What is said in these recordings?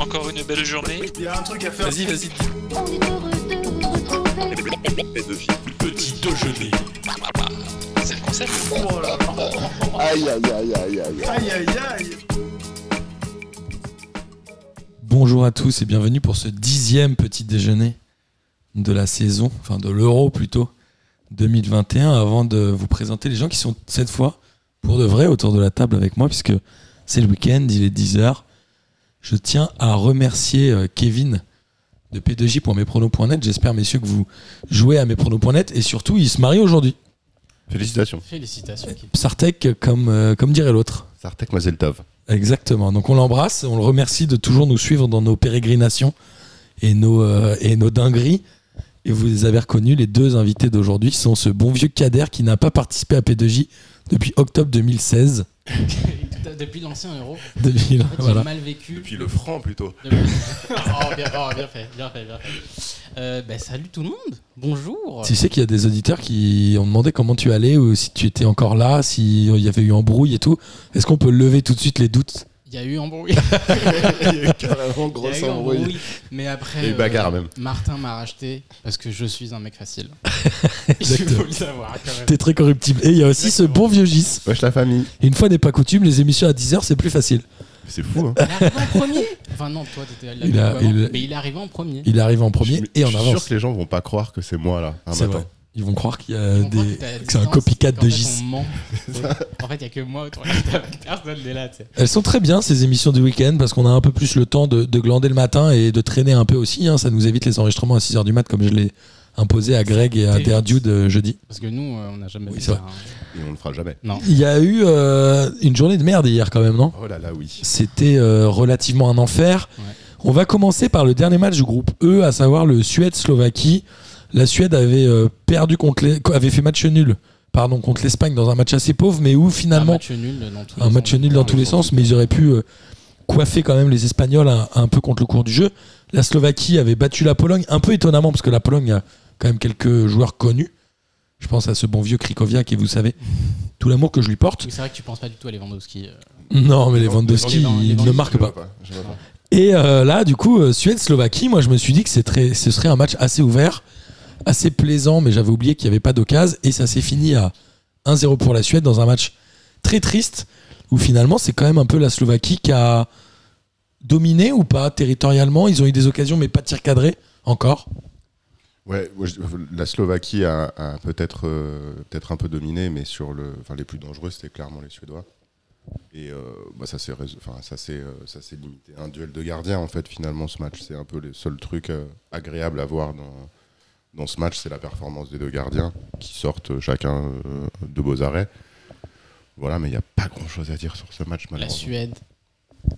Encore une belle journée. Il y a un truc à faire. Vas-y, vas-y, On est heureux de vous retrouver. petit déjeuner. C'est le concept. Oh là là. Aïe, aïe, aïe, aïe, aïe. Aïe aïe aïe. Bonjour à tous et bienvenue pour ce dixième petit déjeuner de la saison, enfin de l'euro plutôt, 2021. Avant de vous présenter les gens qui sont cette fois pour de vrai autour de la table avec moi, puisque c'est le week-end, il est 10h. Je tiens à remercier euh, Kevin de p2j.mespronos.net. J'espère, messieurs, que vous jouez à mespronos.net et surtout, il se marie aujourd'hui. Félicitations. Félicitations. Kevin. Psartek, comme, euh, comme dirait l'autre. Sartek Mazeltov. Exactement. Donc on l'embrasse, on le remercie de toujours nous suivre dans nos pérégrinations et nos, euh, et nos dingueries. Et vous les avez reconnus, les deux invités d'aujourd'hui sont ce bon vieux Kader qui n'a pas participé à P2J depuis octobre 2016. Tout à- Depuis l'ancien euro, en Depuis- fait, voilà. j'ai mal vécu. Depuis le franc plutôt. Depuis- oh, bien, oh, bien fait, bien fait, bien fait. Euh, bah, salut tout le monde, bonjour. Tu sais qu'il y a des auditeurs qui ont demandé comment tu allais ou si tu étais encore là, s'il y avait eu embrouille et tout. Est-ce qu'on peut lever tout de suite les doutes Il y a eu embrouille. Carrément Il y a grosse eu embrouille. embrouille. Mais après, euh, Il y euh, a eu bagarre, même. Martin m'a racheté parce que je suis un mec facile. Il Exactement. faut le savoir quand même. T'es très corruptible. Et il y a aussi ce bon vieux Gis. Wesh la famille. Une fois n'est pas coutume, les émissions à 10h, c'est plus facile. C'est fou, hein. Il est arrivé en premier. Enfin non, toi t'étais là. Il beaucoup a- avant, il- Mais il est arrivé en premier. Il arrive en premier Je et en suis sûr avance. que les gens vont pas croire que c'est moi là. un C'est matin. vrai. Ils vont croire qu'il y On a voit des... que t'as la que c'est un distance copycat et qu'en de fait, Gis. on ment. En fait, il y a que moi autour de la table. Personne n'est là. tu sais. Elles sont très bien ces émissions du week-end parce qu'on a un peu plus le temps de, de glander le matin et de traîner un peu aussi. hein. Ça nous évite les enregistrements à 6h du mat comme je l'ai imposé à Greg et à C'était- Derdude euh, jeudi. Parce que nous, euh, on n'a jamais Oui, fait c'est ça. vrai. hein. Et on le fera jamais. Non. Il y a eu euh, une journée de merde hier quand même, non Oh là là, oui. C'était euh, relativement un enfer. Ouais. On va commencer par le dernier match du groupe E, à savoir le Suède-Slovaquie. La Suède avait euh, perdu contre les- avait fait match nul, pardon, contre l'Espagne dans un match assez pauvre, mais où Un finalement match nul dans tous les un match sens. nul dans tous les sens, mais ils auraient pu euh, coiffer quand même les Espagnols un, un peu contre le cours du jeu. La Slovaquie avait battu la Pologne, un peu étonnamment, parce que la Pologne a quand même quelques joueurs connus. Je pense à ce bon vieux Krikoviak et vous savez tout l'amour que je lui porte. Oui, c'est vrai que tu penses pas du tout à Lewandowski. euh. Non, mais Lewandowski, Lewandowski, il ne Lewandowski, marque pas. Je vois pas. Et euh, là, du coup, euh, Suède-Slovaquie, moi je me suis dit que c'est très, ce serait un match assez ouvert, assez plaisant, mais j'avais oublié qu'il n'y avait pas d'occasion. Et ça s'est fini à 1-0 pour la Suède dans un match très triste, où finalement c'est quand même un peu la Slovaquie qui a dominé ou pas territorialement. Ils ont eu des occasions, mais pas de tir cadré encore. Ouais, ouais, je- la Slovaquie a, a peut-être euh, peut-être un peu dominé, mais sur le, enfin les plus dangereux c'était clairement les Suédois. Et euh, bah, ça s'est, rés- enfin ça s'est, euh, ça s'est limité à un duel de gardiens en fait finalement ce match. C'est un peu le seul truc euh, agréable à voir dans dans ce match, c'est la performance des deux gardiens qui sortent chacun euh, de beaux arrêts. Voilà, mais il n'y a pas grand chose à dire sur ce match La malheureusement. Suède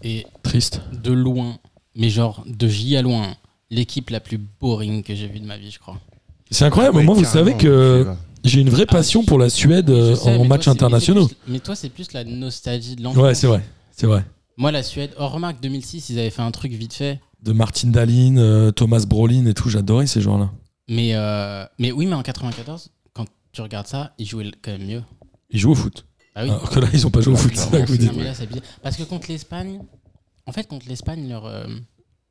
est Triste. de loin, mais genre de J à loin, l'équipe la plus boring que j'ai vue de ma vie, je crois. C'est incroyable. Moi, vous savez que bah. j'ai une vraie Ah, passion je- pour la Suède euh, Je sais, en mais match toi, c'est- internationaux. mais c'est plus- Mais toi, c'est plus la nostalgie de l'enfance. Ouais, c'est vrai. C'est vrai. Moi, la Suède, hors remarque 2006, ils avaient fait un truc vite fait. De Martin Dalin, euh, Thomas Brolin et tout, j'adorais ces joueurs-là. Mais, euh, mais oui, mais en 94, quand tu regardes ça, ils jouaient quand même mieux. Ils jouent au foot. Ah oui. Alors que là, ils ont pas joué au Ah, foot, c'est ça que vous clairement, dites. Non, mais là, c'est bizarre. Parce que contre l'Espagne, en fait, contre l'Espagne, leur. euh,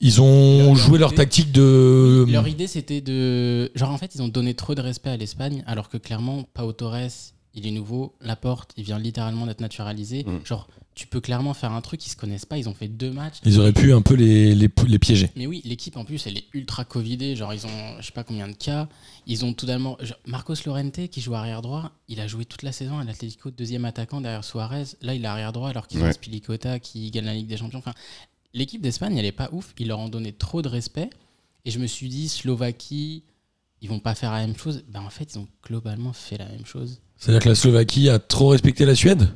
Ils ont Leur joué idée. leur tactique de. euh, Leur idée, c'était de. Genre, en fait, ils ont donné trop de respect à l'Espagne, alors que clairement, Pau Torres, il est nouveau, Laporte, il vient littéralement d'être naturalisé. Mm. Genre, tu peux clairement faire un truc, ils se connaissent pas, ils ont fait deux matchs. Ils auraient pu un peu les, les, les piéger. Mais oui, l'équipe en plus, elle est ultra covidée. Genre, ils ont je sais pas combien de cas. Ils ont totalement. genre, Marcos Lorente, qui joue arrière droit, il a joué toute la saison à l'Atlético, deuxième attaquant derrière Suarez. Là, il est arrière droit alors qu'ils ont Ouais. Spilicota qui gagne la Ligue des Champions. Enfin, l'équipe d'Espagne, elle est pas ouf. Ils leur ont donné trop de respect. Et je me suis dit, Slovaquie, ils vont pas faire la même chose. Ben, en fait, ils ont globalement fait la même chose. C'est-à-dire que la Slovaquie a trop respecté la Suède,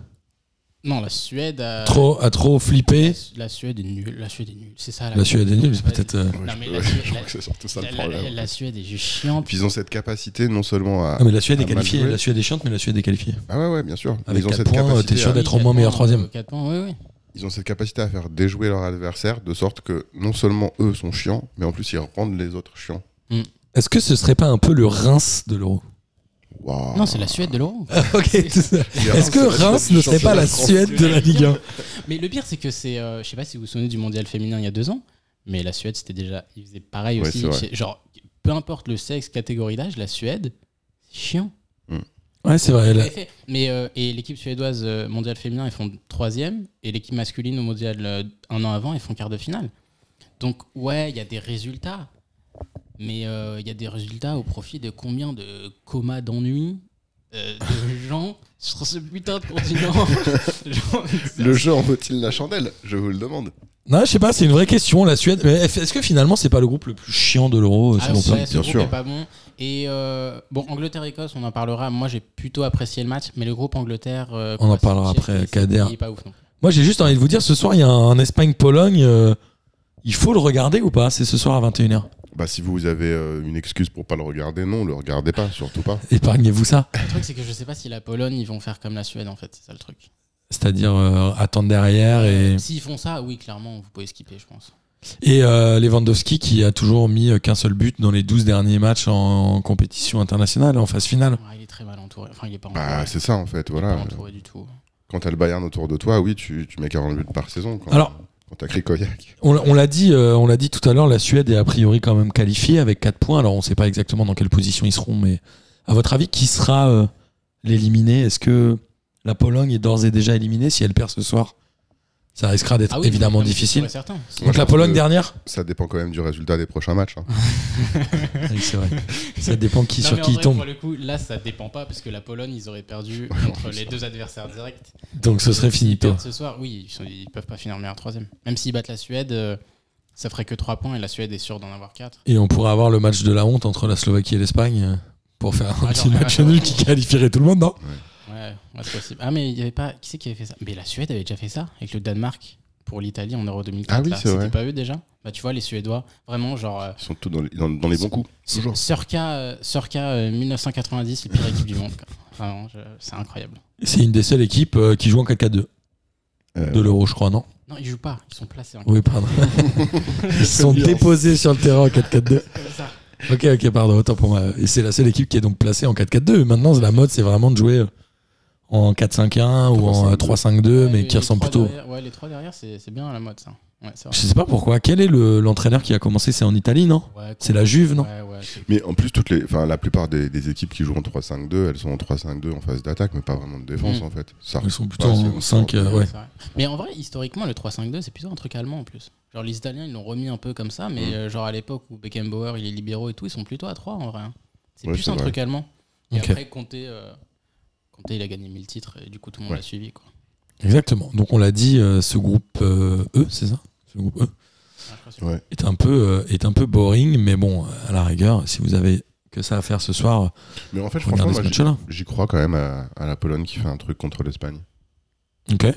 Non, la Suède. euh, trop, a trop La, flippé. la Suède est nulle. La Suède est nulle. C'est ça. La Suède est nulle, c'est peut-être. euh, Ouais, Non, je- mais la ouais, Suède- je crois la- que c'est surtout ça La, le la- la- problème. la Suède est juste chiante. Puis ils ont cette capacité non seulement à Non, mais la Suède est Ah, mal qualifiée. joué. La Suède est chiante, mais la Suède est qualifiée. Ah ouais, ouais, bien sûr. Avec ils ont quatre cette points, euh, capacité t'es sûr à- d'être au Oui, moins quatre meilleur points, troisième. euh, quatre points, oui, oui. ils ont cette capacité à faire déjouer leur adversaire de sorte que non seulement eux sont chiants, mais en plus ils rendent les autres chiants. Est-ce que ce serait pas un peu le Reims de l'euro Waouh. Non, c'est la Suède de l'euro. Ok, tout ça. Est-ce que Reims ne serait pas la Suède de la Ligue 1 Mais le pire, c'est que c'est. euh, je sais pas si vous vous souvenez du mondial féminin il y a deux ans. Mais la Suède, c'était déjà. Ils faisaient pareil Ouais, aussi. c'est vrai. C'est- Genre, peu importe le sexe, catégorie d'âge, la Suède, c'est chiant. Ouais, c'est vrai. là- En effet. Mais euh, et l'équipe suédoise euh, mondiale féminin, ils font troisième, et l'équipe masculine au mondial euh, un an avant, ils font quart de finale. Donc ouais, il y a des résultats, mais euh, il y a des résultats au profit de combien de comas d'ennui euh, de gens sur ce putain de continent. Genre, c'est- Le jeu en vaut-il la chandelle Je vous le demande. Non, je sais pas, c'est une vraie question, la Suède. Mais est-ce que finalement, c'est pas le groupe le plus chiant de l'euro, euh, Ah, selon ouais, toi ce bien groupe sûr. est pas bon. Et euh, bon, Angleterre-Écosse, on en parlera. Moi, j'ai plutôt apprécié le match, mais le groupe Angleterre. euh, On en parlera Croatie, après, Tchèque, Kader. Il est pas ouf non Moi, j'ai juste envie de vous dire, ce soir, il y a un Espagne-Pologne. euh, il faut le regarder ou pas C'est ce soir à 21h. Bah, si vous avez euh, une excuse pour pas le regarder, non, le regardez pas, surtout pas. Épargnez-vous ça. Le truc, c'est que je sais pas si la Pologne, ils vont faire comme la Suède, en fait. C'est ça le truc. Euh, C'est-à-dire euh, attendre derrière et, S'ils font ça, oui, clairement, vous pouvez skipper, je pense. et euh, Lewandowski qui a toujours mis euh, qu'un seul but dans les 12 derniers matchs en, en compétition internationale, en phase finale. Ouais, il est très mal entouré. Enfin, il est pas entouré. Bah, c'est ça en fait, Il est pas voilà. entouré du tout. Quand t'as le Bayern autour de toi, oui, tu, tu mets 40 buts par saison. Quand, Alors- quand t'as Krikoyak. On, l'a- on l'a dit, euh, on l'a dit tout à l'heure, la Suède est a priori quand même qualifiée avec 4 points. Alors on ne sait pas exactement dans quelle position ils seront, mais à votre avis, qui sera euh, l'éliminé Est-ce que la Pologne est d'ores et déjà éliminée si elle perd ce soir Ça risquera d'être Ah oui, évidemment non, mais difficile. c'est sûr et certain. Si- Ouais. Donc la Pologne dernière Ça dépend quand même du résultat des prochains matchs. hein. Oui, c'est vrai. Ça dépend qui, Non, sur mais en qui ils vrai, tombent. Pour le coup, là, ça dépend pas parce que la Pologne, ils auraient perdu contre hein. les deux adversaires directs. Donc ce serait S'ils finito. perdent Ce soir, oui, ils, sont- ils peuvent pas finir meilleur troisième. Même s'ils battent la Suède, euh, ça ferait que 3 points et la Suède est sûre d'en avoir 4. Et on pourrait avoir le match de la honte entre la Slovaquie et l'Espagne euh, pour faire un Ah, petit genre, match ouais. nul qui qualifierait tout le monde, non Ouais, ouais, c'est possible. Ah, mais il y avait pas. Qui c'est qui avait fait ça Mais la Suède avait déjà fait ça avec le Danemark pour l'Italie en Euro 2004. Ah oui, là. c'est vrai. C'était pas eux déjà Bah, tu vois, les Suédois, vraiment, genre. euh, Ils sont tous dans les, dans- dans les bons coups. Toujours. Circa, euh, circa, euh, 1990, la pire équipe du monde. quoi. Vraiment, je- c'est incroyable. C'est une des seules équipes euh, qui joue en 4-4-2 Euh, de l'Euro, je crois, non Non, ils jouent pas, ils sont placés en Oui, pardon. Ils sont déposés sur le terrain en 4-4-2. ça. Ok, ok, pardon, autant pour moi. Et c'est la seule équipe qui est donc placée en 4-4-2. Maintenant, la mode, c'est vraiment de jouer euh, en 4-5-1 ou en 3-5-2. 3-5-2, Ouais, mais les- qui les ressemble trois plutôt. derrière- ouais, les trois derrière, c'est c'est bien à la mode ça. Ouais, c'est Je vrai. sais pas pourquoi. Quel est le- l'entraîneur qui a commencé C'est en Italie, non Ouais, C'est la Juve, non Ouais, ouais, c'est- Mais en plus, toutes les, enfin, la plupart des, des équipes qui jouent en 3-5-2, elles sont en 3-5-2 en phase d'attaque, mais pas vraiment de défense Mm. en fait. Ça, Ils sont plutôt Ouais, en c'est- 5. euh, ouais. c'est vrai. Mais en vrai, historiquement, le 3-5-2, c'est plutôt un truc allemand en plus. Genre, les Italiens, ils l'ont remis un peu comme ça, mais Mm. euh, genre à l'époque où Beckenbauer, il est libéraux et tout, ils sont plutôt à 3 en vrai. hein. C'est Ouais, plus c'est un vrai. truc allemand. Et Ok. après, Comté, euh, Comté, il a gagné 1000 titres et du coup, tout le monde Ouais. l'a suivi. Quoi. Exactement. Donc, on l'a dit, euh, ce groupe euh, E, c'est ça Ce groupe E Ouais, je crois que c'est- Ouais. est un, peu, euh, est un peu boring, mais bon, à la rigueur, si vous avez que ça à faire ce soir, Mais en fait, franchement, regardez moi, ce j'y- match-là. j'y crois quand même à, à la Pologne qui fait un truc contre l'Espagne. euh, Ok.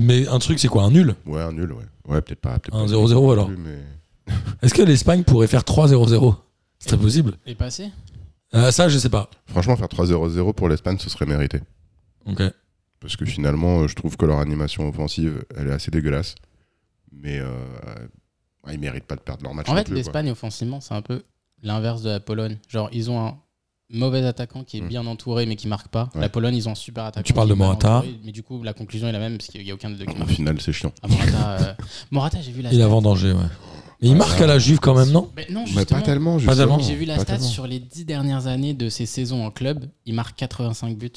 Mais un truc, c'est quoi Un nul Ouais, un nul, ouais. Ouais, peut-être pas. peut-être Un pas 0-0 non alors plus, mais- Est-ce que l'Espagne pourrait faire 3-0-0 C'est très possible. Et passé Euh, ça, je sais pas. Franchement, faire 3-0-0 pour l'Espagne, ce serait mérité. Ok. Parce que finalement, euh, je trouve que leur animation offensive, elle est assez dégueulasse. Mais euh, ouais, ils méritent pas de perdre leur match. En non fait, plus, quoi. l'Espagne, offensivement, c'est un peu l'inverse de la Pologne. Genre, ils ont un mauvais attaquant qui est Mm. bien entouré mais qui marque pas. Ouais. La Pologne, ils ont un super attaquant. Tu parles qui est de mal Morata. entouré, mais du coup, la conclusion est la même parce qu'il n'y a aucun des deux qui Au marque. final, c'est chiant. Ah, Morata, euh, Morata, j'ai vu la Il a stat. vendangé, ouais. Mais Ah, il marque à la juve quand même, non Mais non, Mais pas justement. tellement, justement. tellement. J'ai vu la Pas stat tellement. sur les dix dernières années de ses saisons en club. Il marque 85 buts.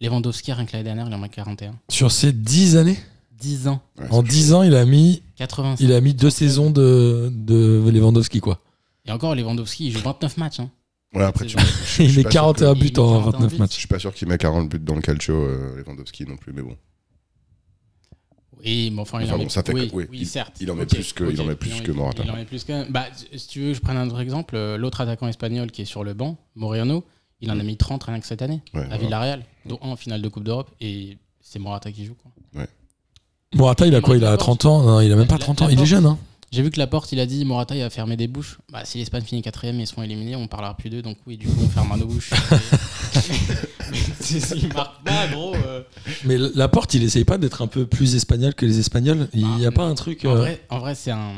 Lewandowski, rien que l'année dernière, il en marque 41. Sur ces 10 années 10 ans. Ouais, En Ah, c'est 10 ans, il a mis, 85. il a mis deux saisons de, de Lewandowski, quoi. Et encore, Lewandowski, il joue 29 matchs. hein. chaud. Ouais, après, tu- je- C'est- je Il suis met pas sûr 41 que- que- buts Il met en 41 29 buts. Je matchs. suis pas sûr qu'il met 40 buts dans le calcio, euh, Lewandowski non plus, mais bon. Ah, Oui, mais enfin, il Enfin en bon, met, ça fait oui, que- oui, oui, il- certes. il en met Ok, plus que- il ok, en met plus il que Morata. Il en met plus que. Bah, si tu veux, je prenne un autre exemple. euh, L'autre attaquant espagnol qui est sur le banc, Moreno, il en a mis 30 rien que cette année Ouais, à voilà. Villarreal, dont un en finale de Coupe d'europe et c'est Morata qui joue. quoi. Morata, il a Il quoi Il a marque la 30 ans Non, il a même pas La- 30 la ans. Il est porte. jeune, hein J'ai vu que Laporte, il a dit Morata, il va fermer des bouches. Bah, si l'Espagne finit quatrième et ils seront éliminés, on parlera plus d'eux, donc oui, du coup, on ferme nos bouches. C'est- S'il marque pas, gros. euh, Mais la porte, il essaye pas d'être un peu plus espagnol que les Espagnols. Il y a Ah, pas un truc. En euh, vrai, en vrai, c'est un,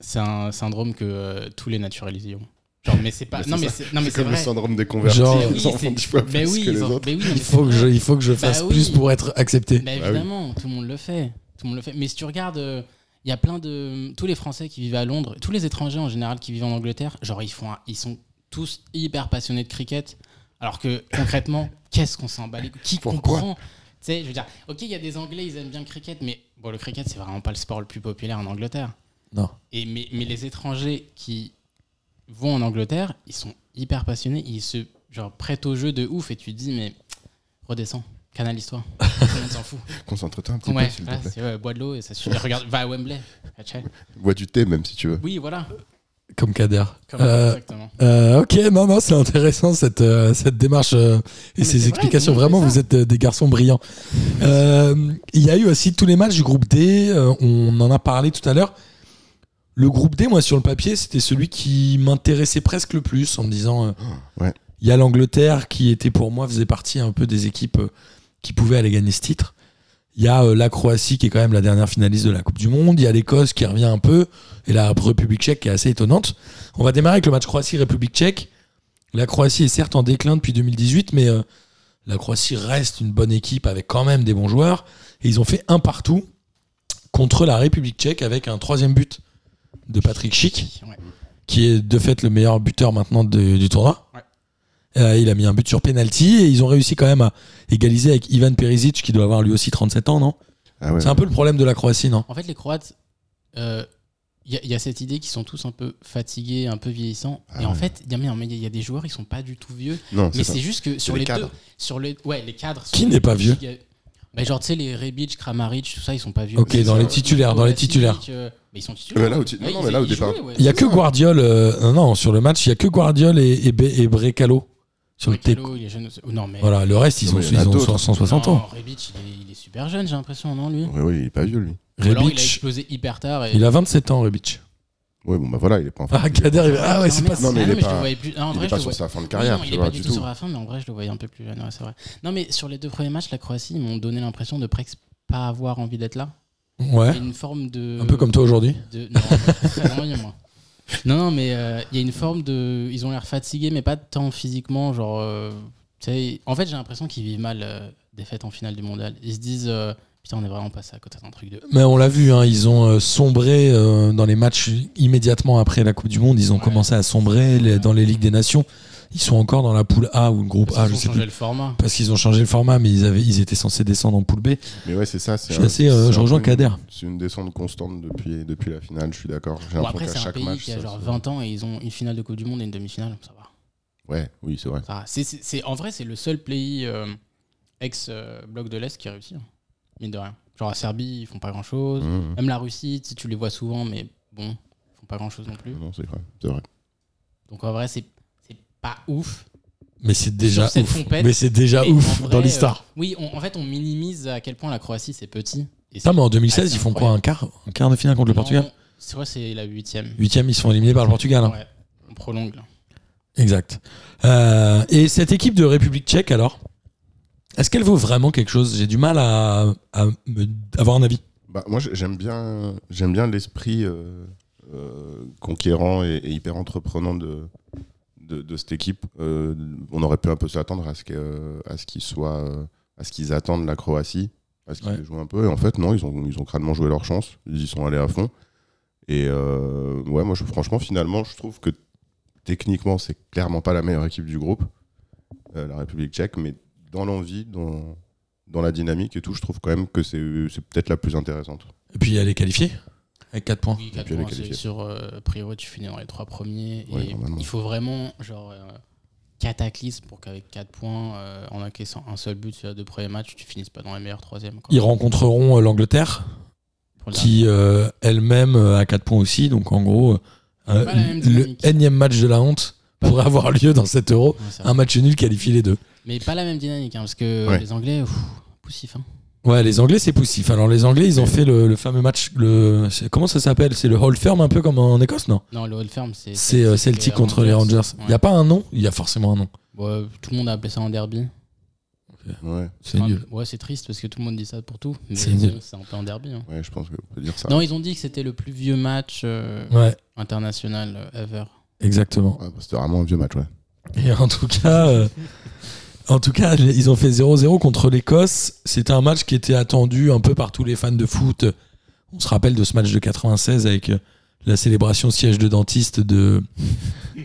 c'est un syndrome que euh, tous les naturalisés ont. Genre, mais c'est pas. Mais non, c'est mais ça. c'est, non, mais C'est comme le vrai. syndrome des convertis, euh, Genre- Mais oui, ils en c'est- font 10 fois mais plus oui, que les ils en- autres. mais oui, non, mais Il c'est faut que vrai. je, il faut que je fasse oui. plus pour être accepté. Bah, Bah oui. évidemment, tout le monde le fait. Tout le monde le fait. Mais si tu regardes, euh, Il y a plein de. Tous les Français qui vivent à Londres, tous les étrangers en général qui vivent en Angleterre, genre, ils, font un- ils sont tous hyper passionnés de cricket. Alors que concrètement, qu'est-ce qu'on s'en bat les couilles Qui Pourquoi comprend Tu sais, je veux dire, ok, il y a des Anglais, ils aiment bien le cricket, mais bon, le cricket, c'est vraiment pas le sport le plus populaire en Angleterre. Non. Et mais, mais les étrangers qui vont en Angleterre, ils sont hyper passionnés, ils se genre, prêtent au jeu de ouf et tu te dis, mais redescends, canalise-toi, tout le monde s'en fout. Concentre-toi un petit Ouais, peu, s'il voilà, te plaît. c'est, ouais, bois de l'eau et ça suffit. Regarde, va à Wembley. Ah, tchè. Bois du thé, même si tu veux. Oui, voilà. Comme Kader. Comme- Euh, exactement. euh, ok, non, non, c'est intéressant cette, euh, cette démarche euh, et Mais c'est ces vrai, explications. tout le monde Vraiment, fait vous ça. êtes euh, des garçons brillants. Euh, Il y a eu aussi tous les matchs du groupe D. euh, on en a parlé tout à l'heure. Le groupe D, moi, sur le papier, c'était celui qui m'intéressait presque le plus en me disant euh, Ouais. il y a l'Angleterre qui était pour moi, faisait partie un peu des équipes euh, qui pouvaient aller gagner ce titre. Il y a euh, la Croatie qui est quand même la dernière finaliste de la Coupe du Monde. Il y a l'Écosse qui revient un peu et la République tchèque qui est assez étonnante. On va démarrer avec le match Croatie-République tchèque. La Croatie est certes en déclin depuis 2018, mais euh, la Croatie reste une bonne équipe avec quand même des bons joueurs. Et ils ont fait un partout contre la République tchèque avec un troisième but de Patrick Schick, Ouais. qui est de fait le meilleur buteur maintenant de- du tournoi. Ouais. Euh, il a mis un but sur penalty et ils ont réussi quand même à égaliser avec Ivan Perisic qui doit avoir lui aussi 37 ans, non Ah ouais. C'est un peu le problème de la Croatie, non En fait, les Croates, euh, il y, a- il y a cette idée qu'ils sont tous un peu fatigués, un peu vieillissants. Ah et en ouais. fait, il y a- mais- mais il y a des joueurs, ils sont pas du tout vieux. Non, Mais ça. c'est juste que sur les les, cadres. deux, sur les, ouais, les cadres. Qui sont n'est pas giga- Bah, genre, tu sais, les Rebic, Kramaric, tout ça, ils sont pas vieux. Ok, Mais dans c'est- les titulaires, dans les titulaires. euh, mais ils sont Mais titulaires. là, au ti- non, Ouais, non, ils- mais là, au ils départ. jouaient, ouais. Il y a que Guardiol, euh, non, non, sur le match, il y a que Guardiol et, et, Be- et Brecalo sur le Marcelo, T. il est jeune aussi. Oh, Non, mais. Voilà, le reste, ils ont, Oui, il y en a ils ont d'autres. 160 Non, ans. Rebic, il est, il est super jeune, j'ai l'impression, non, lui Ouais, ouais, il est pas vieux, lui. Ou alors, il a Rebic, explosé hyper tard. Et... il a 27 ans, Rebic. Ouais, bon, bah voilà, il est pas en Ah, fin de Kader, il- ah ouais, Non, c'est mais- pas Non, mais ah il est je le pas- voyais plus- ah, en Il vrai, est je pas le sur voyais- sa fin de Oui, carrière, non, il tu est vois, pas du du tout tout. sur la fin, mais en vrai, je le voyais un peu plus jeune, ouais, c'est vrai. Non, mais sur les deux premiers matchs, la Croatie, ils m'ont donné l'impression de presque pas avoir envie d'être là. Il y Ouais, a une forme de. un peu comme toi aujourd'hui. de- Non, très loin, moi. Non, non, mais euh, il y a une forme de. Ils ont l'air fatigués, mais pas tant physiquement. Genre. euh, tu sais, En fait, j'ai l'impression qu'ils vivent mal euh, des fêtes en finale du mondial. Ils se disent euh, Putain, on est vraiment passé à côté d'un truc de. Mais on l'a vu, hein, ils ont euh, sombré euh, dans les matchs immédiatement après la Coupe du Monde. Ils ont Ouais. commencé à sombrer les- dans les Ligues des Nations. Ils sont encore dans la poule A ou le groupe Ils A, ont je sais changé plus. le format. Parce qu'ils ont changé le format, mais ils, avaient, ils étaient censés descendre en poule B. Mais ouais, c'est ça. c'est Je suis un- assez, euh, c'est je un rejoins peu une- Kader. C'est une descente constante depuis, depuis la finale, je suis d'accord. J'ai Bon, l'impression après, c'est qu'à un chaque pays match. qui a ça, genre c'est- 20 ans et ils ont une finale de Coupe du Monde et une demi-finale. Ça va. Ouais, oui, c'est vrai. Ça va. C'est- c'est- c'est- en vrai, c'est le seul pays euh, ex-bloc de l'Est qui réussit. hein. Mine de rien. Genre la Serbie, ils font pas grand chose. Mmh. Même la Russie, tu sais, tu les vois souvent, mais bon, ils font pas grand chose non plus. Non, c'est vrai. C'est vrai. Donc en vrai, c'est c'est pas ouf. Mais c'est déjà Sur cette ouf. compète. Mais c'est déjà Mais en ouf vrai, dans l'histoire. euh, oui, on- en fait, on minimise à quel point la Croatie c'est petit. Et c'est- Putain, mais en Ah, 2016, c'est ils font quoi un quart, un quart de finale contre le Non, Portugal C'est quoi, c'est la huitième. Huitième, ils sont éliminés par le Portugal. hein. Ouais, on prolonge. là. Exact. Euh, et cette équipe de République tchèque, alors, est-ce qu'elle vaut vraiment quelque chose J'ai du mal à, à me- avoir un avis. Bah, moi, j'ai- j'aime bien, j'aime bien l'esprit euh, euh, conquérant et, et hyper entreprenant de, de, de cette équipe. Euh, on aurait pu un peu s'attendre à ce que- à ce qu'ils soient, euh, à ce qu'ils attendent la Croatie, à ce qu'ils Ouais. les jouent un peu. Et en fait, non, ils ont, ils ont crânement joué leur chance. Ils y sont allés à fond. Et euh, ouais, moi, je, franchement, finalement, je trouve que techniquement, c'est clairement pas la meilleure équipe du groupe, euh, la République tchèque, mais dans l'envie, dans, dans la dynamique et tout, je trouve quand même que c'est c'est peut-être la plus intéressante. Et puis, elle est qualifiée avec 4 points. Oui, puis, elle est 80, c'est qualifiée. sur euh, Priori, tu finis dans les trois premiers. Ouais, et normalement. il faut vraiment, genre, euh, cataclysme pour qu'avec 4 points, euh, en encaissant un seul but sur les deux premiers matchs, tu finisses pas dans les meilleurs troisièmes. quoi. Ils rencontreront euh, l'Angleterre, Pour le qui euh, elle-même euh, a 4 points aussi. Donc, en gros, euh, Pas la même le dynamique. énième match de la honte pourrait avoir lieu dans cet euro. dernier. Ouais, c'est vrai. Un match nul qualifie les deux. Mais pas la même dynamique, hein, parce que Ouais. les Anglais, pff, poussif. hein. Ouais, les Anglais, c'est poussif. Alors, les Anglais, ils ont fait le, le fameux match. Le, c'est- comment ça s'appelle C'est le Hall Firm, un peu comme en Écosse, non Non, le Old Firm, c'est. C'est euh, Celtic euh, contre les Rangers. Il Ouais. n'y a pas un nom Il y a forcément un nom. Bon, euh, tout le monde a appelé ça un derby. Ouais, C'est Enfin, nul. Ouais, c'est triste parce que tout le monde dit ça pour tout. Mais C'est c'est nul. c'est un peu un derby. hein. ouais je pense qu'on peut dire ça. Non, ils ont dit que c'était le plus vieux match euh, Ouais, international euh, ever. exactement. Ouais, bah, C'était vraiment un vieux match, ouais. Et en tout cas, euh, en tout cas les- ils ont fait 0-0 contre l'Écosse. C'était un match qui était attendu un peu par tous les fans de foot. On se rappelle de ce match de 96 avec euh, la célébration siège de dentiste de,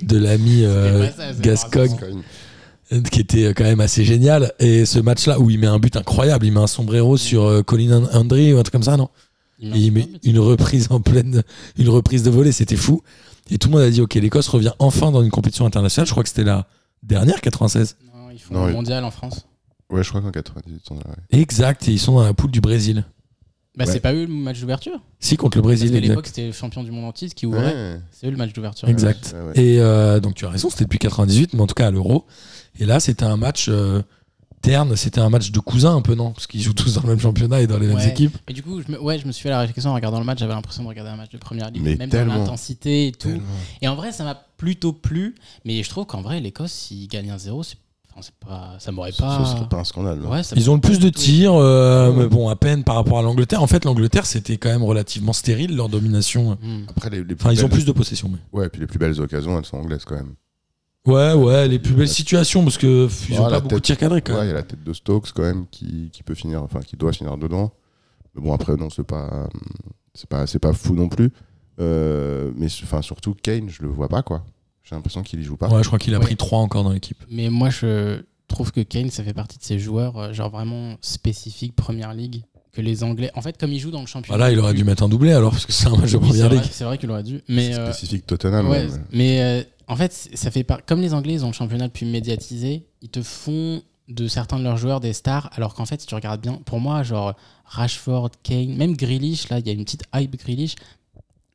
de l'ami euh, C'était pas ça, c'est Gascogne, marrant. Gascogne. qui était quand même assez génial. Et ce match-là où il met un but incroyable, il met un sombrero sur euh, Colin Andry ou un truc comme ça, non Il et il marque met Mm. pas, mais- une reprise en pleine, une reprise de volée, c'était fou. Et tout le monde a dit, ok, l'Écosse revient enfin dans une compétition internationale. Je crois que c'était la dernière 96. Non, ils font Non, le il- mondial en France. Ouais, je crois qu'en 98, on a. ouais. Exact. Et ils sont dans la poule du Brésil. Bah, Ouais. c'est pas eux le match d'ouverture. Si contre le Parce Brésil. qu'à exact. l'époque, c'était le champion du monde entier ce qui ouvrait. Ouais. C'est eux le match d'ouverture. Exact. Ouais, ouais. Et euh, donc tu as raison, c'était depuis 98, mais en tout cas à l'Euro. Et là, c'était un match euh, terne. C'était un match de cousins un peu, non Parce qu'ils jouent tous dans le même championnat et dans les mêmes Ouais. équipes. Et du coup, je me, ouais, je me suis fait la réflexion en regardant le match. J'avais l'impression de regarder un match de première ligue, Mais même dans tellement. l'intensité et tout. Tellement. Et en vrai, ça m'a plutôt plu. Mais je trouve qu'en vrai, l'Écosse, s'ils gagnent un 0, c'est, enfin, c'est pas, ça m'aurait Ce- pas. Ce serait pas un scandale. non Ouais, ça hein. Ils ont le plus de Oui. tirs, euh, Ouais. mais bon, à peine par rapport à l'Angleterre. En fait, l'Angleterre, c'était quand même relativement stérile, leur domination. Hmm. Après, les, les plus Enfin, ils ont belles- plus de possession. mais- Ouais, puis les plus belles occasions, elles sont anglaises quand même. Ouais, ouais, les plus belles situations, parce que pff, ils Ah, ont la pas beaucoup de tête. tirs cadrés Ouais, quand Il même. y a la tête de Stokes quand même qui, qui peut finir, enfin qui doit finir dedans. Mais bon après non, c'est pas c'est pas c'est pas fou non plus. Euh, mais su- enfin surtout Kane, je le vois pas quoi. J'ai l'impression qu'il y joue pas. Ouais, je crois qu'il a Ouais. pris 3 encore dans l'équipe. Mais moi, je trouve que Kane, ça fait partie de ces joueurs, euh, genre vraiment spécifiques première ligue, que les Anglais. En fait, comme ils jouent dans le championnat. Voilà, il aurait dû mettre un doublé alors, parce que c'est un match de Oui, c'est première vrai- ligue. C'est vrai qu'il aurait dû. Mais euh, Spécifique Tottenham. Ouais, même. mais euh, en fait, c- ça fait par... comme les Anglais, ils ont le championnat le plus médiatisé, ils te font de certains de leurs joueurs des stars, alors qu'en fait, si tu regardes bien, pour moi, genre Rashford, Kane, même Grealish, là, il y a une petite hype Grealish.